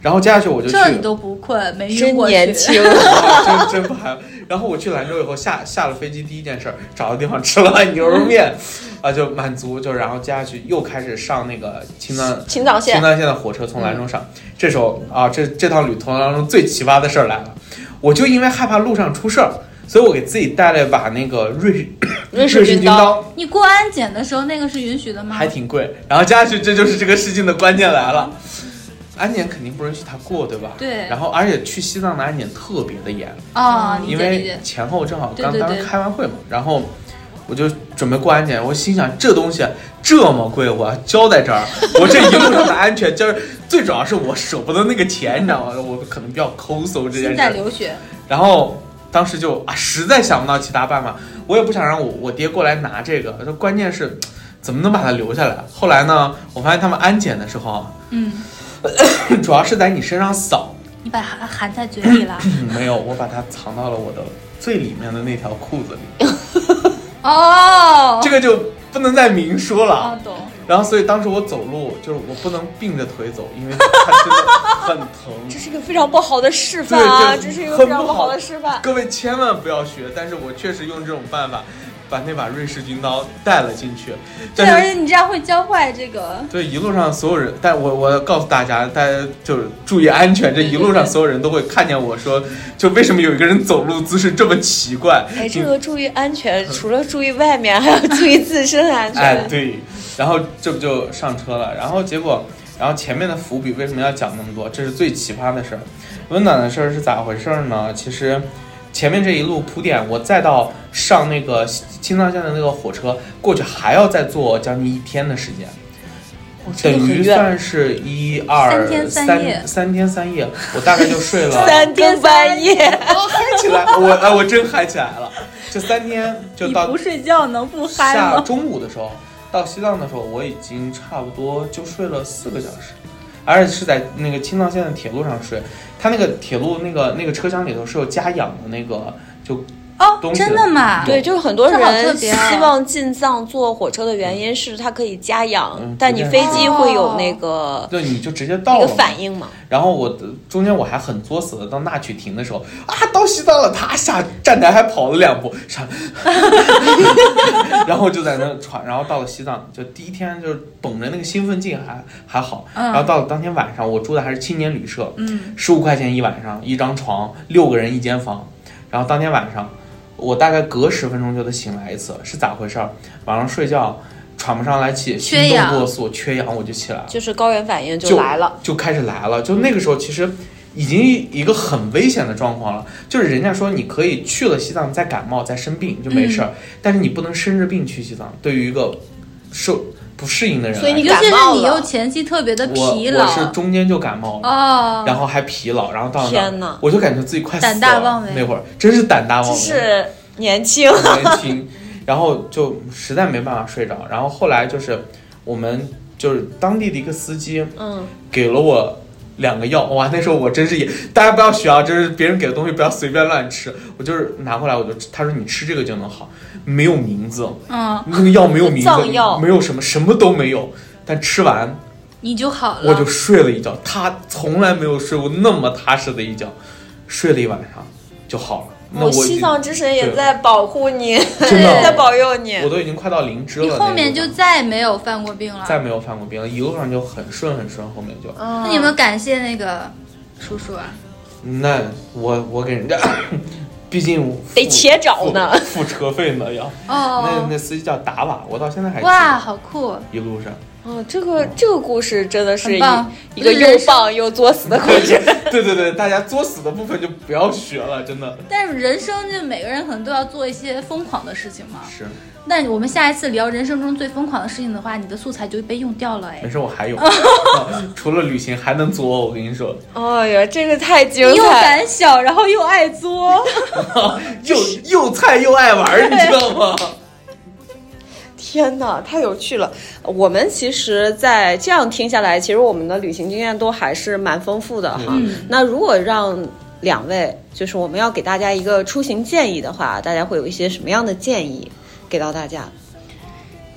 Speaker 2: 然后接下去我就去
Speaker 1: 这你都不困，没晕
Speaker 3: 真
Speaker 1: 过去。
Speaker 3: 年 [laughs] 轻，
Speaker 2: 哇真真不还。然后我去兰州以后，下下了飞机，第一件事儿找个地方吃了碗牛肉面，啊，就满足，就然后接下去又开始上那个青藏
Speaker 3: 青藏
Speaker 2: 青 [laughs]
Speaker 3: 线，
Speaker 2: 藏线的火车从兰州上。这时候啊，这这趟旅途当中最奇葩的事儿来了，我就因为害怕路上出事儿，所以我给自己带了一把那个瑞
Speaker 3: 瑞
Speaker 2: 士
Speaker 3: 士
Speaker 2: 军
Speaker 3: 军刀，
Speaker 1: 你过安检的时候，那个是允许的吗？
Speaker 2: 还挺贵。然后接下去这就是这个事情的关键来了。安检肯定不允许他过，对吧？
Speaker 1: 对
Speaker 2: 然后，而且去西藏的安检特别的严，
Speaker 1: 啊，理
Speaker 2: 嗯因
Speaker 1: 解理
Speaker 2: 为
Speaker 1: 解。
Speaker 2: 前后正好
Speaker 1: 对
Speaker 2: 刚
Speaker 1: 对
Speaker 2: 当时
Speaker 1: 对
Speaker 2: 开完会嘛，然后我就准备过安检，我心想这东西这么贵，我要交在这儿，我这一路上的安全就是最主要是我舍不得那个钱，你知道吗？我可能比较抠搜这件
Speaker 1: 心
Speaker 2: 事
Speaker 1: 在
Speaker 2: 儿，
Speaker 1: 流血，
Speaker 2: 然后。当时就啊，实在想不到其他办法，我也不想让我我爹过来拿这个。说关键是，怎么能把它留下来？后来呢，我发现他们安检的时候啊， [coughs]
Speaker 1: 嗯，
Speaker 2: 主要是在你身上扫，嗯
Speaker 1: 你把它含在嘴里了。
Speaker 2: 没有，我把它藏到了我的最里面的那条裤子里。
Speaker 1: 哦
Speaker 2: 这，个就不能再明说
Speaker 1: 哦
Speaker 2: 了。，
Speaker 1: 懂。
Speaker 2: 然后，所以当时我走路就是我不能并着腿走，因为它真的很
Speaker 3: 这
Speaker 2: 疼。
Speaker 3: 是一个非常不好的示范啊，
Speaker 2: 对对
Speaker 3: 这是一个非常不好的示
Speaker 2: [laughs]
Speaker 3: 范。
Speaker 2: 各位千万不要学，但是我确实用这种办法把那把瑞士军刀带了进去。
Speaker 1: 对，而
Speaker 2: 但是
Speaker 1: 且你这样会教坏这个。
Speaker 2: 对一路上所有人，但我我告诉大家，大家就是注意安全。这一路上所有人都会看见我说，就为什么有一个人走路姿势这么奇怪？
Speaker 3: 哎，这个注意安全，除了注意外面，还要注意自身安
Speaker 2: 嗯
Speaker 3: 全。
Speaker 2: [laughs]
Speaker 3: [laughs]
Speaker 2: 哎，对，然后这不就上车了，然后结果，然后前面的伏笔为什么要讲那么多？这是最奇葩的事儿。温暖的事儿是咋回事儿呢？其实前面这一路铺垫，我再到上那个西青藏线的那个火车过去，还要再坐将近一天的时间，
Speaker 3: 我真的
Speaker 2: 等
Speaker 3: 很
Speaker 2: 于
Speaker 3: 怨。
Speaker 2: 算是一二
Speaker 1: 三天三夜
Speaker 2: 三天三夜，我大概就睡了
Speaker 3: 三更半夜，
Speaker 2: 嗨起来， [laughs] 我哎我真嗨起来了。这三天就
Speaker 1: 你
Speaker 2: 到
Speaker 1: 不睡觉能不嗨
Speaker 2: 下
Speaker 1: 吗？
Speaker 2: 中午的时候到西藏的时候，我已经差不多就睡了四个小时，而且是在那个青藏线的铁路上睡。它那个铁路那个那个车厢里头是有家养的那个，就
Speaker 1: 哦
Speaker 2: 东，西
Speaker 1: 真的吗？
Speaker 2: 对
Speaker 3: [laughs] 对，就是很多
Speaker 1: 这好特
Speaker 3: 人
Speaker 1: 别啊
Speaker 3: 希望进藏坐火车的原因是它可以家养
Speaker 2: 嗯，
Speaker 3: 但你飞机会有
Speaker 1: 哦
Speaker 3: 那个
Speaker 2: 就你就直接到
Speaker 3: 那
Speaker 2: 了
Speaker 3: 个
Speaker 2: 嘛。
Speaker 3: 反应嘛。
Speaker 2: 然后我中间我还很作死的，到那曲亭的时候啊，到西藏了，他下站台还跑了两步，啥， [laughs] 然后就在那喘，然后到了西藏，就第一天就是绷着那个兴奋劲还还好，
Speaker 1: 嗯
Speaker 2: 然后到了当天晚上，我住的还是青年旅社，
Speaker 1: 嗯，
Speaker 2: 十五块钱一晚上，一张床，六个人一间房。然后当天晚上，我大概隔十分钟就得醒来一次，是咋回事儿？晚上睡觉喘不上来气，
Speaker 1: 缺
Speaker 2: 心动
Speaker 1: 氧
Speaker 2: 过速，缺氧我就起来了，
Speaker 3: 就是高原反应
Speaker 2: 就
Speaker 3: 就来了。
Speaker 2: 就开始来了。就那个时候其实已经一个很危险的状况了，就是人家说你可以去了西藏再感冒再生病就没事儿，但是你不能生着病去西藏。对于一个受不适应的人来说，
Speaker 3: 所以你
Speaker 1: 尤其
Speaker 3: 感
Speaker 1: 是
Speaker 3: 冒
Speaker 1: 你又
Speaker 3: 了
Speaker 1: 前期特别的
Speaker 2: 我
Speaker 1: 疲
Speaker 2: 我是
Speaker 1: 劳
Speaker 2: 中间就感冒了。
Speaker 1: 哦，
Speaker 2: 然后还疲劳，然后到那儿
Speaker 3: 天哪
Speaker 2: 我就感觉自己快死了。
Speaker 1: 胆大妄为
Speaker 2: 那会儿真是胆大妄
Speaker 3: 就
Speaker 2: 为，
Speaker 3: 是年轻，
Speaker 2: 很年轻，然后就实在没办法睡着。然后后来就是我们就是当地的一个司机
Speaker 3: 嗯，
Speaker 2: 给了我。两个药哇！那时候我真是也，大家不要学啊！就是别人给的东西不要随便乱吃。我就是拿过来我就吃，他说你吃这个就能好，没有名字，
Speaker 1: 嗯，
Speaker 2: 那个药没有名字
Speaker 3: 藏，药
Speaker 2: 没有什么什么都没有。但吃完
Speaker 1: 你就好了。
Speaker 2: 我就睡了一觉，他从来没有睡过那么踏实的一觉，睡了一晚上就好了。那
Speaker 5: 我
Speaker 2: 我已
Speaker 5: 西
Speaker 2: 经
Speaker 5: 藏之神也
Speaker 2: 对
Speaker 5: 在保护你，
Speaker 2: 真
Speaker 3: [laughs]
Speaker 2: 的
Speaker 5: 在保佑你。
Speaker 2: 我都已经快到灵芝了，
Speaker 1: 你
Speaker 2: 那
Speaker 1: 后
Speaker 2: 个
Speaker 1: 面就
Speaker 2: 地方
Speaker 1: 再没有犯过病了。
Speaker 2: 再没有犯过病了，一路上就很顺很顺，后面就
Speaker 1: 那
Speaker 5: 那
Speaker 1: 你有没有感谢那个叔叔啊？
Speaker 2: 那我我给人家， [coughs] 毕竟我
Speaker 5: 得
Speaker 2: 付
Speaker 5: 且找呢
Speaker 2: 付付车费呢要。那
Speaker 1: 哦，
Speaker 2: 那司机叫达瓦，我到现在还记得
Speaker 1: 哇，好酷！
Speaker 2: 一路上，
Speaker 5: 哦，这个这个故事真的是
Speaker 1: 很
Speaker 5: 一
Speaker 1: 棒
Speaker 5: 一个又棒又作死的故事。
Speaker 3: [laughs]
Speaker 2: 对对对，大家作死的部分就不要学了，真的
Speaker 1: 但是人生就每个人可能都要做一些疯狂的事情嘛。
Speaker 2: 是
Speaker 1: 那我们下一次聊人生中最疯狂的事情的话，你的素材就被用掉了哎
Speaker 2: 没。事，我
Speaker 1: [laughs]
Speaker 2: 还有，啊除了旅行还能作，我跟你说，
Speaker 5: 哎呀，这个太精
Speaker 1: 你又
Speaker 5: 彩了！
Speaker 1: 胆小，然后又爱作，
Speaker 2: 又又菜又爱玩儿，你知道 [laughs] 吗？
Speaker 5: 天哪，太有趣了！我们其实，在这样听下来，其实我们的旅行经验都还是蛮丰富的哈。
Speaker 1: 嗯
Speaker 5: 那如果让两位，就是我们要给大家一个出行建议的话，大家会有一些什么样的建议给到大家？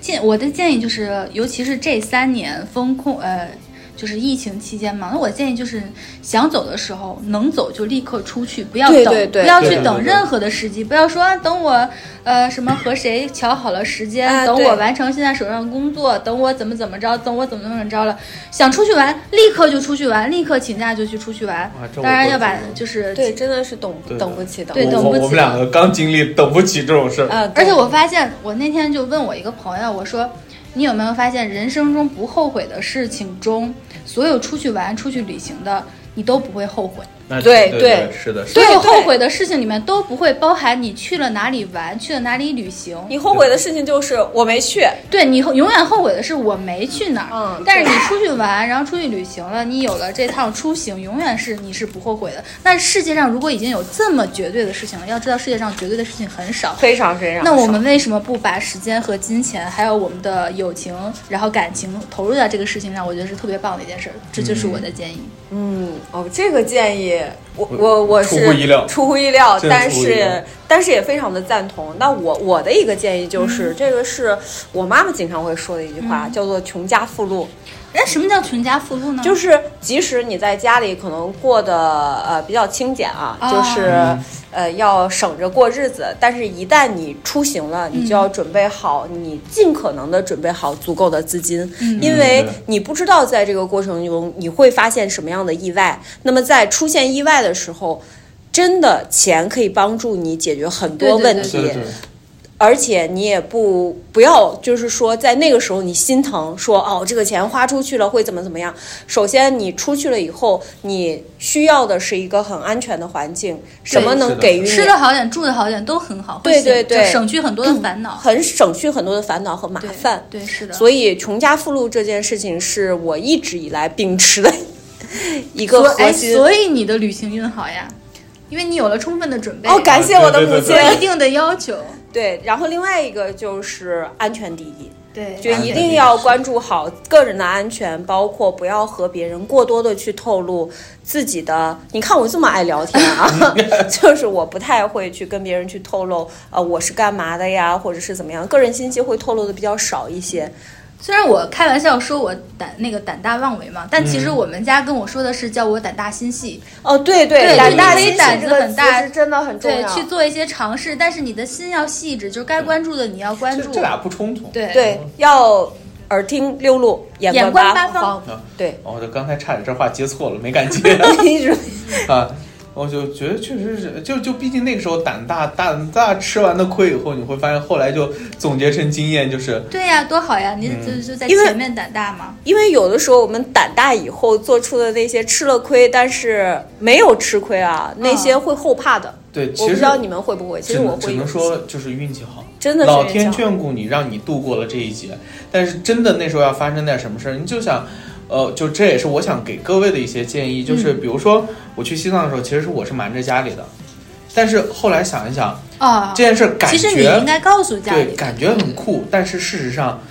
Speaker 1: 建我的建议就是，尤其是这三年风控呃，就是疫情期间嘛，那我建议就是想走的时候能走就立刻出去，不要
Speaker 5: 对
Speaker 1: 等，
Speaker 5: 对对
Speaker 1: 不要
Speaker 2: 对
Speaker 1: 去
Speaker 2: 对
Speaker 1: 等
Speaker 2: 对
Speaker 1: 任何的时机，不要说啊等我呃什么和谁瞧好了时间，
Speaker 5: 啊
Speaker 1: 等
Speaker 5: 对
Speaker 1: 我完成现在手上的工作，等我怎么怎么着，等我怎么怎么着了，想出去玩立刻就出去玩，立刻请假就去出去玩
Speaker 2: 哇，这我
Speaker 1: 当然
Speaker 2: 会
Speaker 1: 要把
Speaker 2: 做的
Speaker 1: 就是
Speaker 5: 对，真的是等
Speaker 2: 对
Speaker 5: 等不起，等
Speaker 1: 对
Speaker 2: 我
Speaker 1: 等
Speaker 2: 我
Speaker 1: 不起
Speaker 2: 我们两个刚经历等不起这种事儿，
Speaker 5: 啊，
Speaker 1: 而
Speaker 5: 对
Speaker 1: 且我发现，我那天就问我一个朋友，我说，你有没有发现，人生中不后悔的事情中，所有出去玩、出去旅行的，你都不会后悔。
Speaker 2: 那
Speaker 5: 对
Speaker 2: 对
Speaker 5: 对
Speaker 2: 是的，是的
Speaker 1: 所有
Speaker 5: 对
Speaker 1: 后悔的事情里面都不会包含你去了哪里玩，去了哪里旅行。
Speaker 5: 你后悔的事情就是我没去，
Speaker 1: 对你永远后悔的是我没去哪儿。
Speaker 5: 嗯
Speaker 1: 但是你出去玩，然后出去旅行了，你有了这趟出行，永远是你是不后悔的。但世界上如果已经有这么绝对的事情了，要知道世界上绝对的事情很少，
Speaker 5: 非常非常
Speaker 1: 那我
Speaker 5: 少
Speaker 1: 们为什么不把时间和金钱，还有我们的友情，然后感情投入到这个事情上？我觉得是特别棒的一件事儿，这就是我的建议。
Speaker 5: 嗯哦，这个建议我我我是
Speaker 2: 出乎意料
Speaker 5: 出乎意料，
Speaker 2: 真的
Speaker 5: 但
Speaker 2: 出乎意料
Speaker 5: 是但是也非常的赞同。那我我的一个建议就是，这个是我妈妈经常会说的一句话，叫做“穷家富路”。
Speaker 1: 那什么叫全家富路呢？
Speaker 5: 就是是即使你在家里可能过得呃比较清简啊，
Speaker 1: 啊
Speaker 5: 就是、呃要省着过日子，但是一旦你出行了，你就要准备好，你尽可能的准备好足够的资金，
Speaker 1: 嗯
Speaker 5: 因为你不知道在这个过程中你会发现什么样的意外。那么在出现意外的时候。真的钱可以帮助你解决很
Speaker 1: 对
Speaker 5: 多
Speaker 1: 对
Speaker 5: 问
Speaker 1: 对
Speaker 5: 题，
Speaker 2: 对对对，
Speaker 5: 而且你也不不要，就是说在那个时候你心疼说，哦这个钱花出去了会怎么怎么样。首先你出去了以后，你需要的是一个很安全的环境，什么
Speaker 2: 是
Speaker 5: 能
Speaker 2: 的
Speaker 5: 给予你
Speaker 1: 吃的好点，住的好点都很好，会
Speaker 5: 对
Speaker 1: 省
Speaker 5: 对
Speaker 1: 就
Speaker 5: 对
Speaker 1: 省去很多的烦恼。
Speaker 5: 很省去很多的烦恼和麻
Speaker 1: 对
Speaker 5: 烦。
Speaker 1: 对是的。
Speaker 5: 所以穷家富路这件事情是我一直以来秉持的一个
Speaker 1: 所
Speaker 5: 核
Speaker 1: 哎，
Speaker 5: 心。
Speaker 1: 所以你的旅行运好呀，因为你有了充分的准备，
Speaker 5: 哦，感谢我的
Speaker 2: 对对
Speaker 5: 母
Speaker 2: 对
Speaker 5: 亲
Speaker 1: 有。了一定的要求。
Speaker 5: 对，然后另外一个就是安全第一。
Speaker 1: 对，
Speaker 5: 就一
Speaker 2: 安全
Speaker 5: 定
Speaker 2: 第
Speaker 5: 要
Speaker 2: 一
Speaker 5: 关注好个人的安全，包括不要和别人过多的去透露自己的。你看我这么爱聊天啊， [laughs] 就是我不太会去跟别人去透露，呃，我是干嘛的呀，或者是怎么样，个人信息会透露的比较少一些。
Speaker 1: 虽然我开玩笑说我胆那个胆大妄为嘛，但其实我们家跟我说的是叫我胆大心细。
Speaker 5: 哦，对对，
Speaker 1: 对
Speaker 5: 胆
Speaker 1: 你
Speaker 5: 大
Speaker 1: 可以
Speaker 5: 心细
Speaker 1: 胆
Speaker 5: 这
Speaker 1: 子
Speaker 5: 个
Speaker 1: 很
Speaker 5: 词
Speaker 1: 大
Speaker 5: 是真的很重
Speaker 1: 对，
Speaker 5: 要。
Speaker 1: 去做一些尝试，但是你的心要细致，就是该关注的你要关
Speaker 2: 这
Speaker 1: 注。
Speaker 2: 这俩不冲突。
Speaker 1: 对
Speaker 5: 对，要耳听六路，眼
Speaker 1: 眼观
Speaker 5: 观
Speaker 1: 八
Speaker 5: 方
Speaker 1: 方。
Speaker 2: 啊
Speaker 5: 对， [laughs]
Speaker 2: 哦，这刚才差点这话接错了，没敢
Speaker 1: [laughs]
Speaker 2: 接
Speaker 5: 一直
Speaker 2: 啊。我就觉得确实是，就就毕竟那个时候胆大，胆大吃完的亏以后，你会发现后来就总结成经验，就是
Speaker 1: 对呀、多好呀！你
Speaker 2: 嗯
Speaker 1: 就就在
Speaker 5: 因为
Speaker 1: 前面胆大嘛。
Speaker 5: 因为有的时候我们胆大以后做出的那些吃了亏，但是没有吃亏啊，那些会后怕的。
Speaker 2: 对，
Speaker 5: 我不
Speaker 2: 其
Speaker 5: 知
Speaker 2: 实
Speaker 5: 道你们会不会，其
Speaker 2: 只
Speaker 5: 实我
Speaker 2: 能只
Speaker 5: 会有
Speaker 2: 能说就是运气好，
Speaker 5: 真的是
Speaker 2: 老
Speaker 5: 这
Speaker 2: 天
Speaker 5: 样
Speaker 2: 眷顾你，让你度过了这一劫。但是真的那时候要发生点什么事儿，你就想，呃，就这也是我想给各位的一些建议，
Speaker 5: 嗯
Speaker 2: 就是比如说我去西藏的时候，其实我是瞒着家里的，但是后来想一想
Speaker 1: 啊、
Speaker 2: 这件事，感
Speaker 1: 其
Speaker 2: 觉
Speaker 1: 实你应该告诉家
Speaker 2: 对，
Speaker 1: 里。
Speaker 2: 感觉很酷，但是事实上，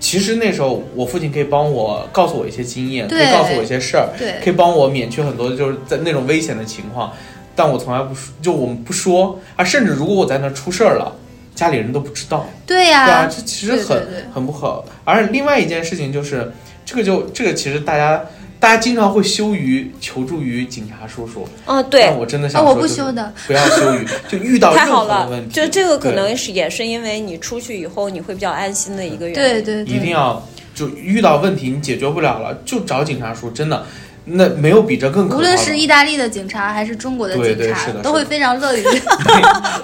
Speaker 2: 其实那时候我父亲可以帮我告诉我一些经验，可
Speaker 1: 对
Speaker 2: 以告诉我一些事儿，
Speaker 1: 对
Speaker 2: 可以帮我免去很多就是在那种危险的情况，但我从来不说，就我们不说啊，甚至如果我在那出事儿了。家里人都不知道，
Speaker 1: 对呀、
Speaker 2: 对啊，这其实
Speaker 1: 对对
Speaker 2: 很
Speaker 1: 对
Speaker 2: 很不好。而另外一件事情就是，这个就这个其实大家大家经常会羞于求助于警察叔叔，
Speaker 5: 嗯，对
Speaker 2: 但，我真的想
Speaker 1: 啊
Speaker 2: 说、
Speaker 1: 我
Speaker 2: 就
Speaker 1: 不
Speaker 2: 是
Speaker 1: 羞的，
Speaker 2: 不要羞于，就遇到
Speaker 5: 太
Speaker 2: 任
Speaker 5: 好
Speaker 2: 何的
Speaker 5: 了
Speaker 2: 问，题，
Speaker 5: 就这个
Speaker 2: 对
Speaker 5: 可能是也是因为你出去以后你会比较安心的一个原因。
Speaker 1: 对对对，
Speaker 2: 一定要就遇到问题你解决不了了，就找警察叔，真的，那没有比这更可
Speaker 1: 无
Speaker 2: 怕的
Speaker 1: 论是意大利的警察还是中国的警察，
Speaker 2: 对对是的是的
Speaker 1: 都会非常乐于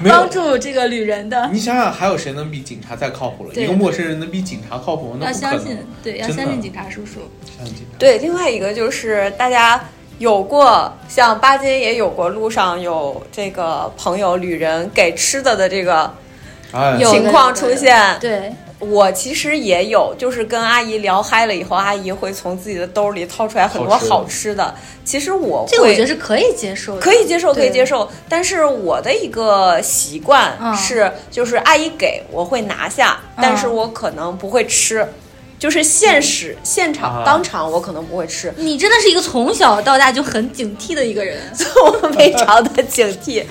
Speaker 2: 没
Speaker 1: 帮
Speaker 2: 有。
Speaker 1: 助这个旅人的。
Speaker 2: 你想想，还有谁能比警察再靠谱了？
Speaker 1: 对
Speaker 2: 一个陌生人能比警察靠谱吗？
Speaker 1: 要
Speaker 2: 那不可能
Speaker 1: 相信，对，要
Speaker 2: 真的
Speaker 1: 相信警察叔叔。
Speaker 2: 相信警察。
Speaker 5: 对，另外一个就是大家有过，像巴金也有过，路上有这个朋友旅人给吃的的这个
Speaker 2: 哎，
Speaker 1: 有的
Speaker 5: 情况
Speaker 1: 有
Speaker 5: 出
Speaker 1: 的
Speaker 5: 现。
Speaker 1: 对，
Speaker 5: 我其实也有，就是跟阿姨聊嗨了以后，阿姨会从自己的兜里掏出来很多
Speaker 2: 好吃的
Speaker 5: 好吃的。其实我会
Speaker 1: 这个我觉得是可以接受的，
Speaker 5: 可以接受，可以
Speaker 1: 对
Speaker 5: 接受。但是我的一个习惯
Speaker 1: 嗯
Speaker 5: 是，就是阿姨给我会拿下，
Speaker 1: 嗯
Speaker 5: 但是我可能不会吃，就是现实、现场、
Speaker 2: 啊
Speaker 5: 当场我可能不会吃， [laughs]
Speaker 1: 你真的是一个从小到大就很警惕的一个人。
Speaker 5: 我 [laughs] 非常的警惕。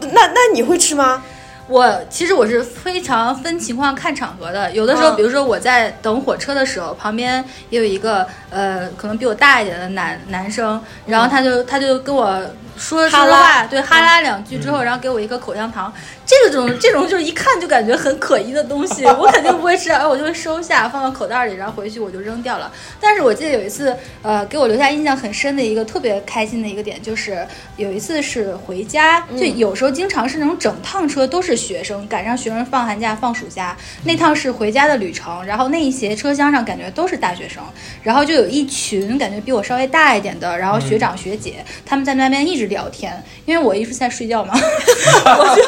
Speaker 5: 那那你会吃吗？
Speaker 1: 我其实我是非常分情况看场合的，有的时候，
Speaker 5: 嗯
Speaker 1: 比如说我在等火车的时候，旁边也有一个呃，可能比我大一点的男男生，然后他就他就跟我说说
Speaker 5: 嗯哈
Speaker 1: 说
Speaker 5: 拉嗯
Speaker 1: 话，对哈拉两句之后，然后给我一个口香糖，这种 [laughs] 这种就是一看就感觉很可疑的东西，我肯定不会吃，然后我就会收下放到口袋里，然后回去我就扔掉了。但是我记得有一次，呃，给我留下印象很深的一个特别开心的一个点，就是有一次是回家，就有时候经常是那种整趟车都是学生，赶上学生放寒假、放暑假，那趟是回家的旅程，然后那一节车厢上感觉都是大学生，然后就有一群感觉比我稍微大一点的，然后学长学姐、他们在那边一直聊天，因为我一直在睡觉嘛， [laughs] 我就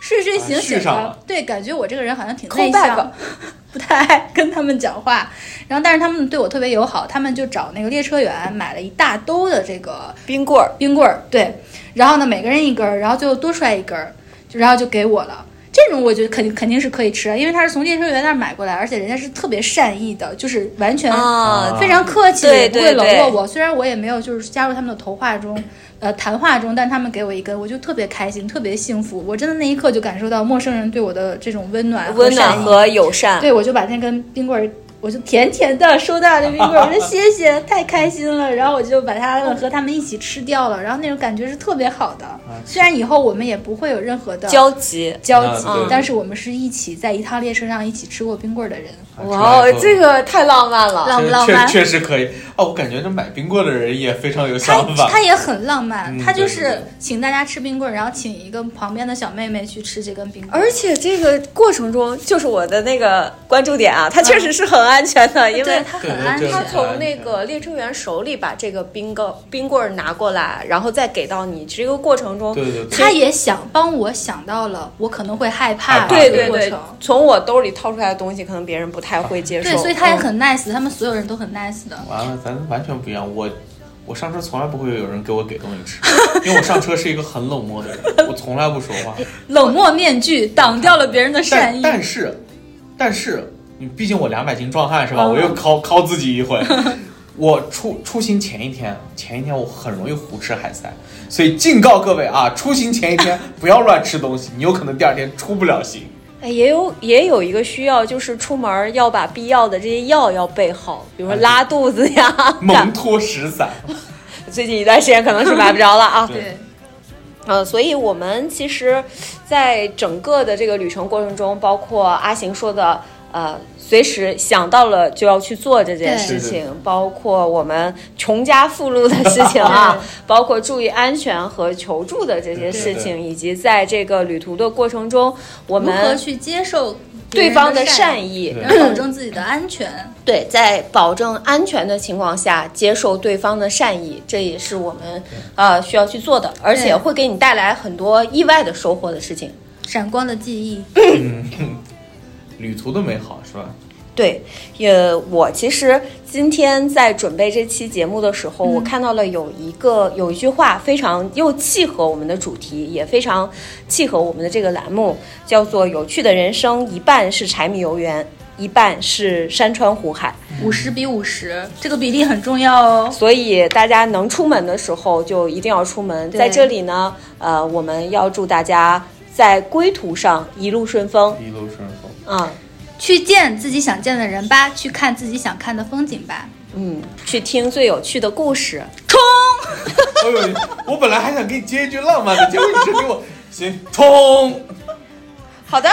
Speaker 1: 睡睡醒醒
Speaker 2: 啊续上
Speaker 1: 的
Speaker 2: 了，
Speaker 1: 对，感觉我这个人好像挺内
Speaker 5: 空 back
Speaker 1: 向。 [laughs] 不太爱跟他们讲话，然后但是他们对我特别友好，他们就找那个列车员买了一大兜的这个
Speaker 5: 冰棍儿，
Speaker 1: 冰棍儿，对，然后呢每个人一根儿，然后最后多出来一根儿，就然后就给我了。这种我觉得肯定肯定是可以吃，啊因为他是从列车员那儿买过来，而且人家是特别善意的，就是完全
Speaker 5: 啊
Speaker 1: 非常客气，
Speaker 5: 对
Speaker 1: 也不会
Speaker 5: 对
Speaker 1: 冷
Speaker 5: 对
Speaker 1: 落我。虽然我也没有就是加入他们的头话中，呃谈话中，但他们给我一根，我就特别开心，特别幸福。我真的那一刻就感受到陌生人对我的这种温暖、
Speaker 5: 温
Speaker 1: 善
Speaker 5: 暖啊
Speaker 1: 意
Speaker 5: 和友善。
Speaker 1: 对，我就把那根冰棍儿，我就甜甜的收到这冰棍儿，我说谢谢，太开心了。然后我就把它
Speaker 5: 嗯
Speaker 1: 和他们一起吃掉了，然后那种感觉是特别好的。
Speaker 5: 啊
Speaker 1: 虽然以后我们也不会有任何的
Speaker 5: 交集。
Speaker 1: 交集
Speaker 2: 啊
Speaker 5: 对，
Speaker 1: 但是我们是一起在一趟列车上一起吃过冰棍儿的人，
Speaker 2: 啊
Speaker 5: 哇哦，这。个太浪漫了。
Speaker 1: 浪
Speaker 2: 出
Speaker 1: 不
Speaker 2: 来
Speaker 1: 浪
Speaker 2: 后确
Speaker 1: 漫？
Speaker 2: 确实可以哦，我感觉这买冰棍的人也非常有
Speaker 1: 他
Speaker 2: 想法。
Speaker 1: 他也很浪漫，
Speaker 2: 嗯
Speaker 1: 他就
Speaker 2: 对对
Speaker 1: 是
Speaker 2: 对
Speaker 1: 请大家吃冰棍儿，然后请一个旁边的小妹妹去吃这根冰棍儿。
Speaker 5: 而且这个过程中，就是我的那个关注点啊，它确实是很安全的，因为
Speaker 1: 对他
Speaker 2: 对
Speaker 1: 很
Speaker 2: 对
Speaker 1: 安
Speaker 2: 对
Speaker 1: 全，
Speaker 5: 他从那个列车员手里把这个冰棍冰棍儿拿过来，然后再给到你，这个过程中，
Speaker 2: 对对对，
Speaker 1: 他也想帮我想到了我可能会害
Speaker 2: 害
Speaker 1: 怕的
Speaker 2: 怕
Speaker 1: 这
Speaker 5: 对对
Speaker 1: 个过
Speaker 5: 对
Speaker 1: 程。，
Speaker 5: 从我兜里掏出来的东西，可能别人不太会接受。
Speaker 1: 对，所以他也
Speaker 5: 嗯
Speaker 1: 很 nice，他们所有人都很 nice 的。
Speaker 2: 完了，咱完全不一样。我我上车从来不会有人给我给东西吃，因为我上车是一个很冷漠的人，我从来不说话。
Speaker 1: 冷漠面具挡掉了别人的善
Speaker 2: 但
Speaker 1: 意。
Speaker 2: 但是，但是你毕竟我两百斤壮汉是吧？
Speaker 1: 嗯
Speaker 2: 我又敲敲自己一回。 [laughs] 我出出行前一天，前一天我很容易胡吃海塞，所以警告各位啊，出行前一
Speaker 1: [laughs]
Speaker 2: 天不要乱吃东西，你有可能第二天出不了行。
Speaker 5: 哎也有也有一个需要，就是出门儿要把必要的这些药要备好，比如说
Speaker 2: 哎对
Speaker 5: 拉肚子呀。
Speaker 2: 蒙脱
Speaker 1: [laughs]
Speaker 2: 石散，
Speaker 5: [laughs] 最近一段时间可能是买不着了啊。
Speaker 2: 对
Speaker 1: 对，
Speaker 5: 呃，所以我们其实，在整个的这个旅程过程中，包括阿行说的，呃，随时想到了就要去做这件
Speaker 1: 对
Speaker 5: 事
Speaker 2: 是的
Speaker 5: 情，包括我们穷家富路的事情啊， [laughs] 包括注意安全和求助的这些
Speaker 2: 对
Speaker 5: 事
Speaker 2: 对
Speaker 5: 情，以及在这个旅途的过程中，我
Speaker 1: 如何
Speaker 5: 们
Speaker 1: 去接受别
Speaker 5: 对
Speaker 1: 人
Speaker 5: 方的
Speaker 1: 善
Speaker 5: 善？意，
Speaker 2: 对
Speaker 1: 然 [laughs] 后保证自己的安全，
Speaker 5: 对，在保证安全的情况下，接受对方的善意，这也是我们呃需要去做的，而且
Speaker 1: 对
Speaker 5: 会给你带来很多意外的收获的事情。
Speaker 1: 闪光的记忆。
Speaker 2: 旅途的美好是吧？
Speaker 5: 对，也我其实今天在准备这期节目的时候，我看到了有一个有一句话，非常又契合我们的主题，也非常契合我们的这个栏目，叫做“有趣的人生一半是柴米油盐，一半是山川湖海”。
Speaker 1: 五十比五十，这个比例很重要哦。
Speaker 5: 所以大家能出门的时候就一定要出门。
Speaker 1: 对
Speaker 5: 在这里呢，呃，我们要祝大家。
Speaker 3: 在归途上一路顺风
Speaker 2: 一路顺风。
Speaker 3: 啊、
Speaker 1: 去见自己想见的人吧，去看自己想看的风景吧，
Speaker 3: 嗯，去听最有趣的故事，
Speaker 1: 冲！
Speaker 2: 哎呦，我本来还想给你接一句浪漫的，结果你是给我行冲。
Speaker 3: 好的，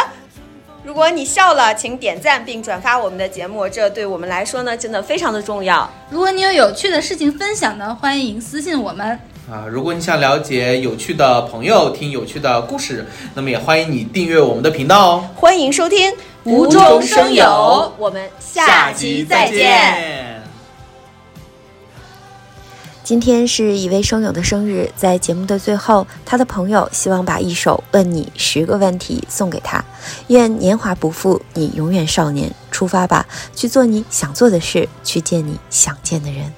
Speaker 3: 如果你笑了，请点赞并转发我们的节目，这对我们来说呢，真的非常的重要。
Speaker 1: 如果你有有趣的事情分享呢，欢迎私信我们。
Speaker 2: 啊，如果你想了解有趣的朋友，听有趣的故事，那么也欢迎你订阅我们的频道哦。
Speaker 3: 欢迎收听《
Speaker 1: 无
Speaker 2: 中
Speaker 3: 生
Speaker 2: 生有
Speaker 3: 我们下期再见。
Speaker 4: 今天是一位声友的生日，在节目的最后，他的朋友希望把一首《问你十个问题》送给他。愿年华不负，你永远少年。出发吧，去做你想做的事，去见你想见的人。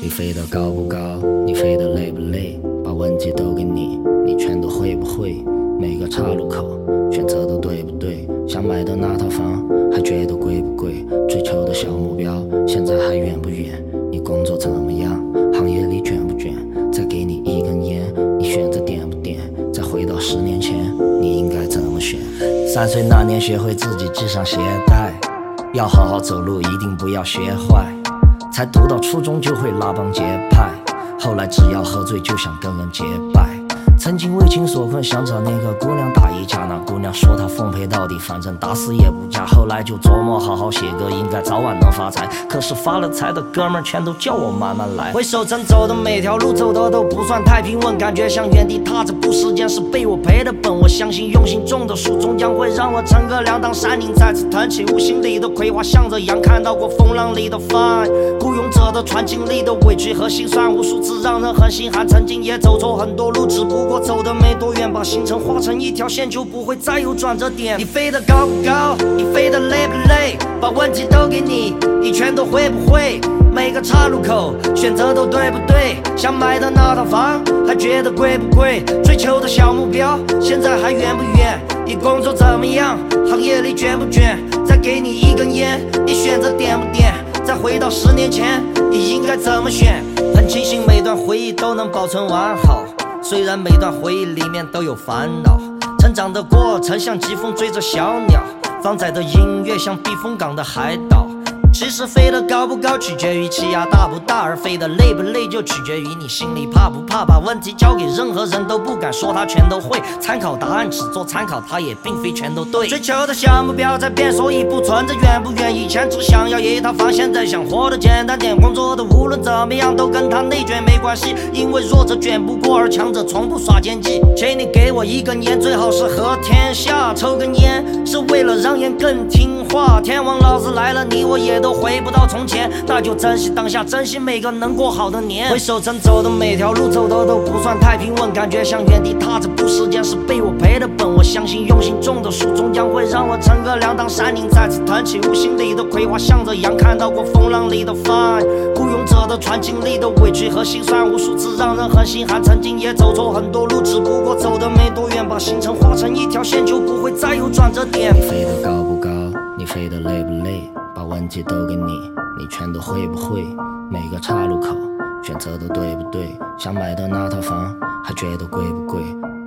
Speaker 6: 你飞得高不高？你飞得累不累？把问题都给你，你全都会不会？每个岔路口选择都对不对？想买的那套房还觉得贵不贵？追求的小目标现在还远不远？你工作怎么样？行业里卷不卷？再给你一根烟，你选择点不点？再回到十年前，你应该怎么选？三岁那年学会自己系上鞋带，要好好走路，一定不要学坏。才读到初中就会拉帮结派，后来只要喝醉就想跟人结拜。曾经为情所困，想找那个姑娘打一架，那姑娘说她奉陪到底，反正打死也不嫁。后来就琢磨好好写歌，应该早晚能发财。可是发了财的哥们儿全都叫我慢慢来。回首曾走的每条路，走的都不算太平稳，感觉像原地踏着步，时间是被我赔的本。我相信用心种的树，终将会让我成个两道山岭，再次腾起。无形里的葵花向着阳，看到过风浪里的帆，孤勇者的船，经历的委屈和心酸，无数次让人很心寒。曾经也走错很多路，只不过走的没多远，把行程画成一条线，就不会再有转折点。你飞得高不高？你飞得累不累？把问题都给你，你全都会不会？每个岔路口选择都对不对？想买的那套房还觉得贵不贵？追求的小目标现在还远不远？你工作怎么样？行业里卷不卷？再给你一根烟，你选择点不点？再回到十年前，你应该怎么选？很庆幸每段回忆都能保存完好，虽然每段回忆里面都有烦恼。成长的过程像疾风追着小鸟，放载的音乐像避风港的海岛。其实飞得高不高，取决于气压大不大；而飞得累不累，就取决于你心里怕不怕。把问题交给任何人都不敢说他全都会，参考答案只做参考，他也并非全都对。追求的小目标在变，所以不存在远不远。以前只想要一套房，现在想活得简单点。工作的无论怎么样，都跟他内卷没关系，因为弱者卷不过，而强者从不耍奸计。请你给我一根烟，最好是和天下抽根烟，是为了让烟更听话。天王老子来了，你我也都回不到从前，那就珍惜当下，珍惜每个能过好的年。回首曾走的每条路，走的都不算太平稳，感觉像原地踏着步，时间是被我赔的本。我相信用心种的树，终将会让我成个两道山岭，再次腾起。无形里的葵花向着阳，看到过风浪里的帆，孤勇者的船，经历的委屈和心酸，无数次让人很心寒。曾经也走错很多路，只不过走的没多远，把行程画成一条线，就不会再有转折点。你飞得高不高？你飞得累不累？把问题都给你，你全都会不会？每个岔路口选择的对不对？想买的那套房还觉得贵不贵？